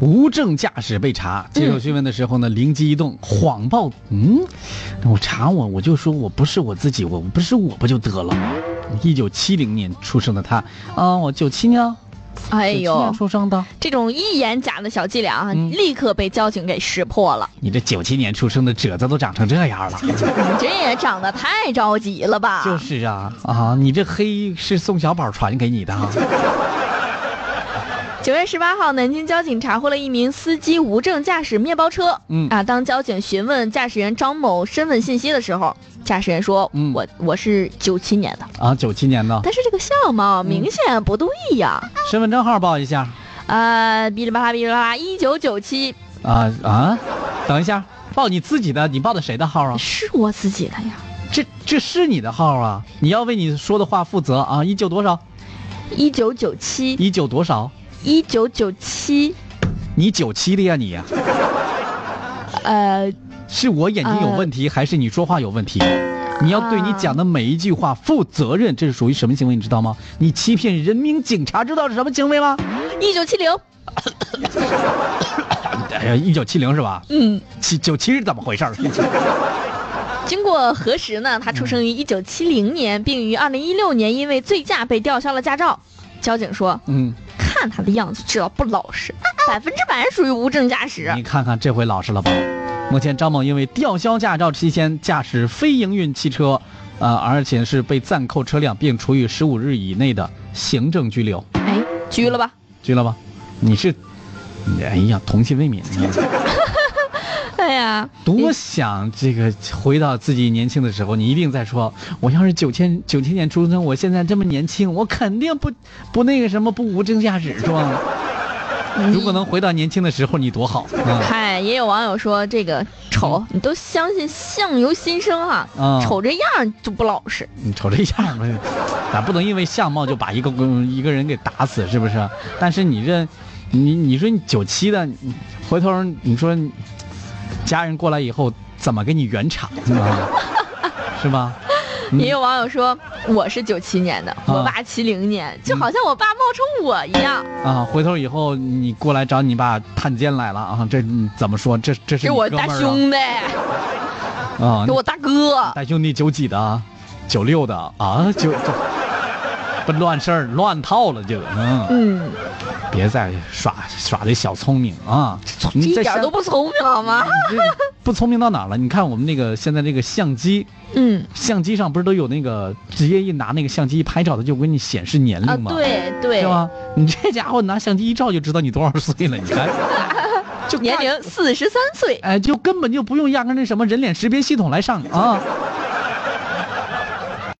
无证驾驶被嗯查，接受询问的时候呢，灵机一动，谎报嗯，我查我我就说我不是我自己，我不是我不就得了。一九七零年出生的他，啊、我九七年，哎九七年呦，出生的，这种一眼假的小伎俩啊，嗯立刻被交警给识破了。你这九七年出生的褶子都长成这样了。你这也长得太着急了吧？就是啊啊，你这黑是宋小宝传给你的啊？九月十八号，南京交警查获了一名司机无证驾驶面包车。嗯啊，当交警询问驾驶员张某身份信息的时候，驾驶员说：“嗯我我是九七年的，啊，九七年的，但是这个相貌明显不对呀。身份证号报一下。呃，哔哩吧啦，哔哩吧啦，一九九七啊啊，等一下，报你自己的，你报的谁的号啊？是我自己的呀，这这是你的号啊，你要为你说的话负责啊！一九多少？一九九七，一九多少？一九九七，你九七的呀你呀？呃，是我眼睛有问题，还是你说话有问题？你要对你讲的每一句话负责任，这是属于什么行为？你知道吗？你欺骗人民警察，知道是什么行为吗？一九七零，哎呀，一九七零是吧？嗯。”七九七是怎么回事儿？经过核实呢，他出嗯生于一九七零年，并于二零一六年因为醉驾被吊销了驾照。交警说，嗯，看他的样子知道不老实， 百分之百属于无证驾驶。你看看这回老实了吧？目前张某因为吊销驾照期间驾驶非营运汽车，呃，而且是被暂扣车辆，并处以十五日以内的行政拘留，哎，拘了吧。拘了吧？你是，哎呀，童心未泯，啊哎呀，多想这个回到自己年轻的时候，你一定在说，我要是九千九千年出生，我现在这么年轻，我肯定不不那个什么不无证驾驶是吧？哎如果能回到年轻的时候，你多好啊！嗯嗨，也有网友说这个丑，你都相信相由心生哈、嗯丑这样儿就不老实。你瞅这样儿，咱不能因为相貌就把一个嗯一个人给打死，是不是？但是你这，你你说你九七的，你回头你说你家人过来以后怎么给你圆场啊？是吧？嗯也有网友说我是九七年的，我啊嗯爸七零年，就好像我爸冒充我一样，啊，回头以后你过来找你爸探监来了啊，这你怎么说？这这是给你我哥大们儿兄弟，啊，给我大哥。大兄弟九几的啊？九六的啊？九九，不乱事儿乱套了就嗯。嗯，别再耍耍这小聪明啊！这你一这点儿相都不聪明好吗？你这不聪明到哪儿了？你看我们那个现在这个相机，嗯相机上不是都有那个直接一拿那个相机一拍照，它就给你显示年啊，龄吗？对对是，吧？你这家伙拿相机一照就知道你多少岁了，你 还就年干龄四十三岁，哎，就根本就不用压根儿那什么人脸识别系统来上啊！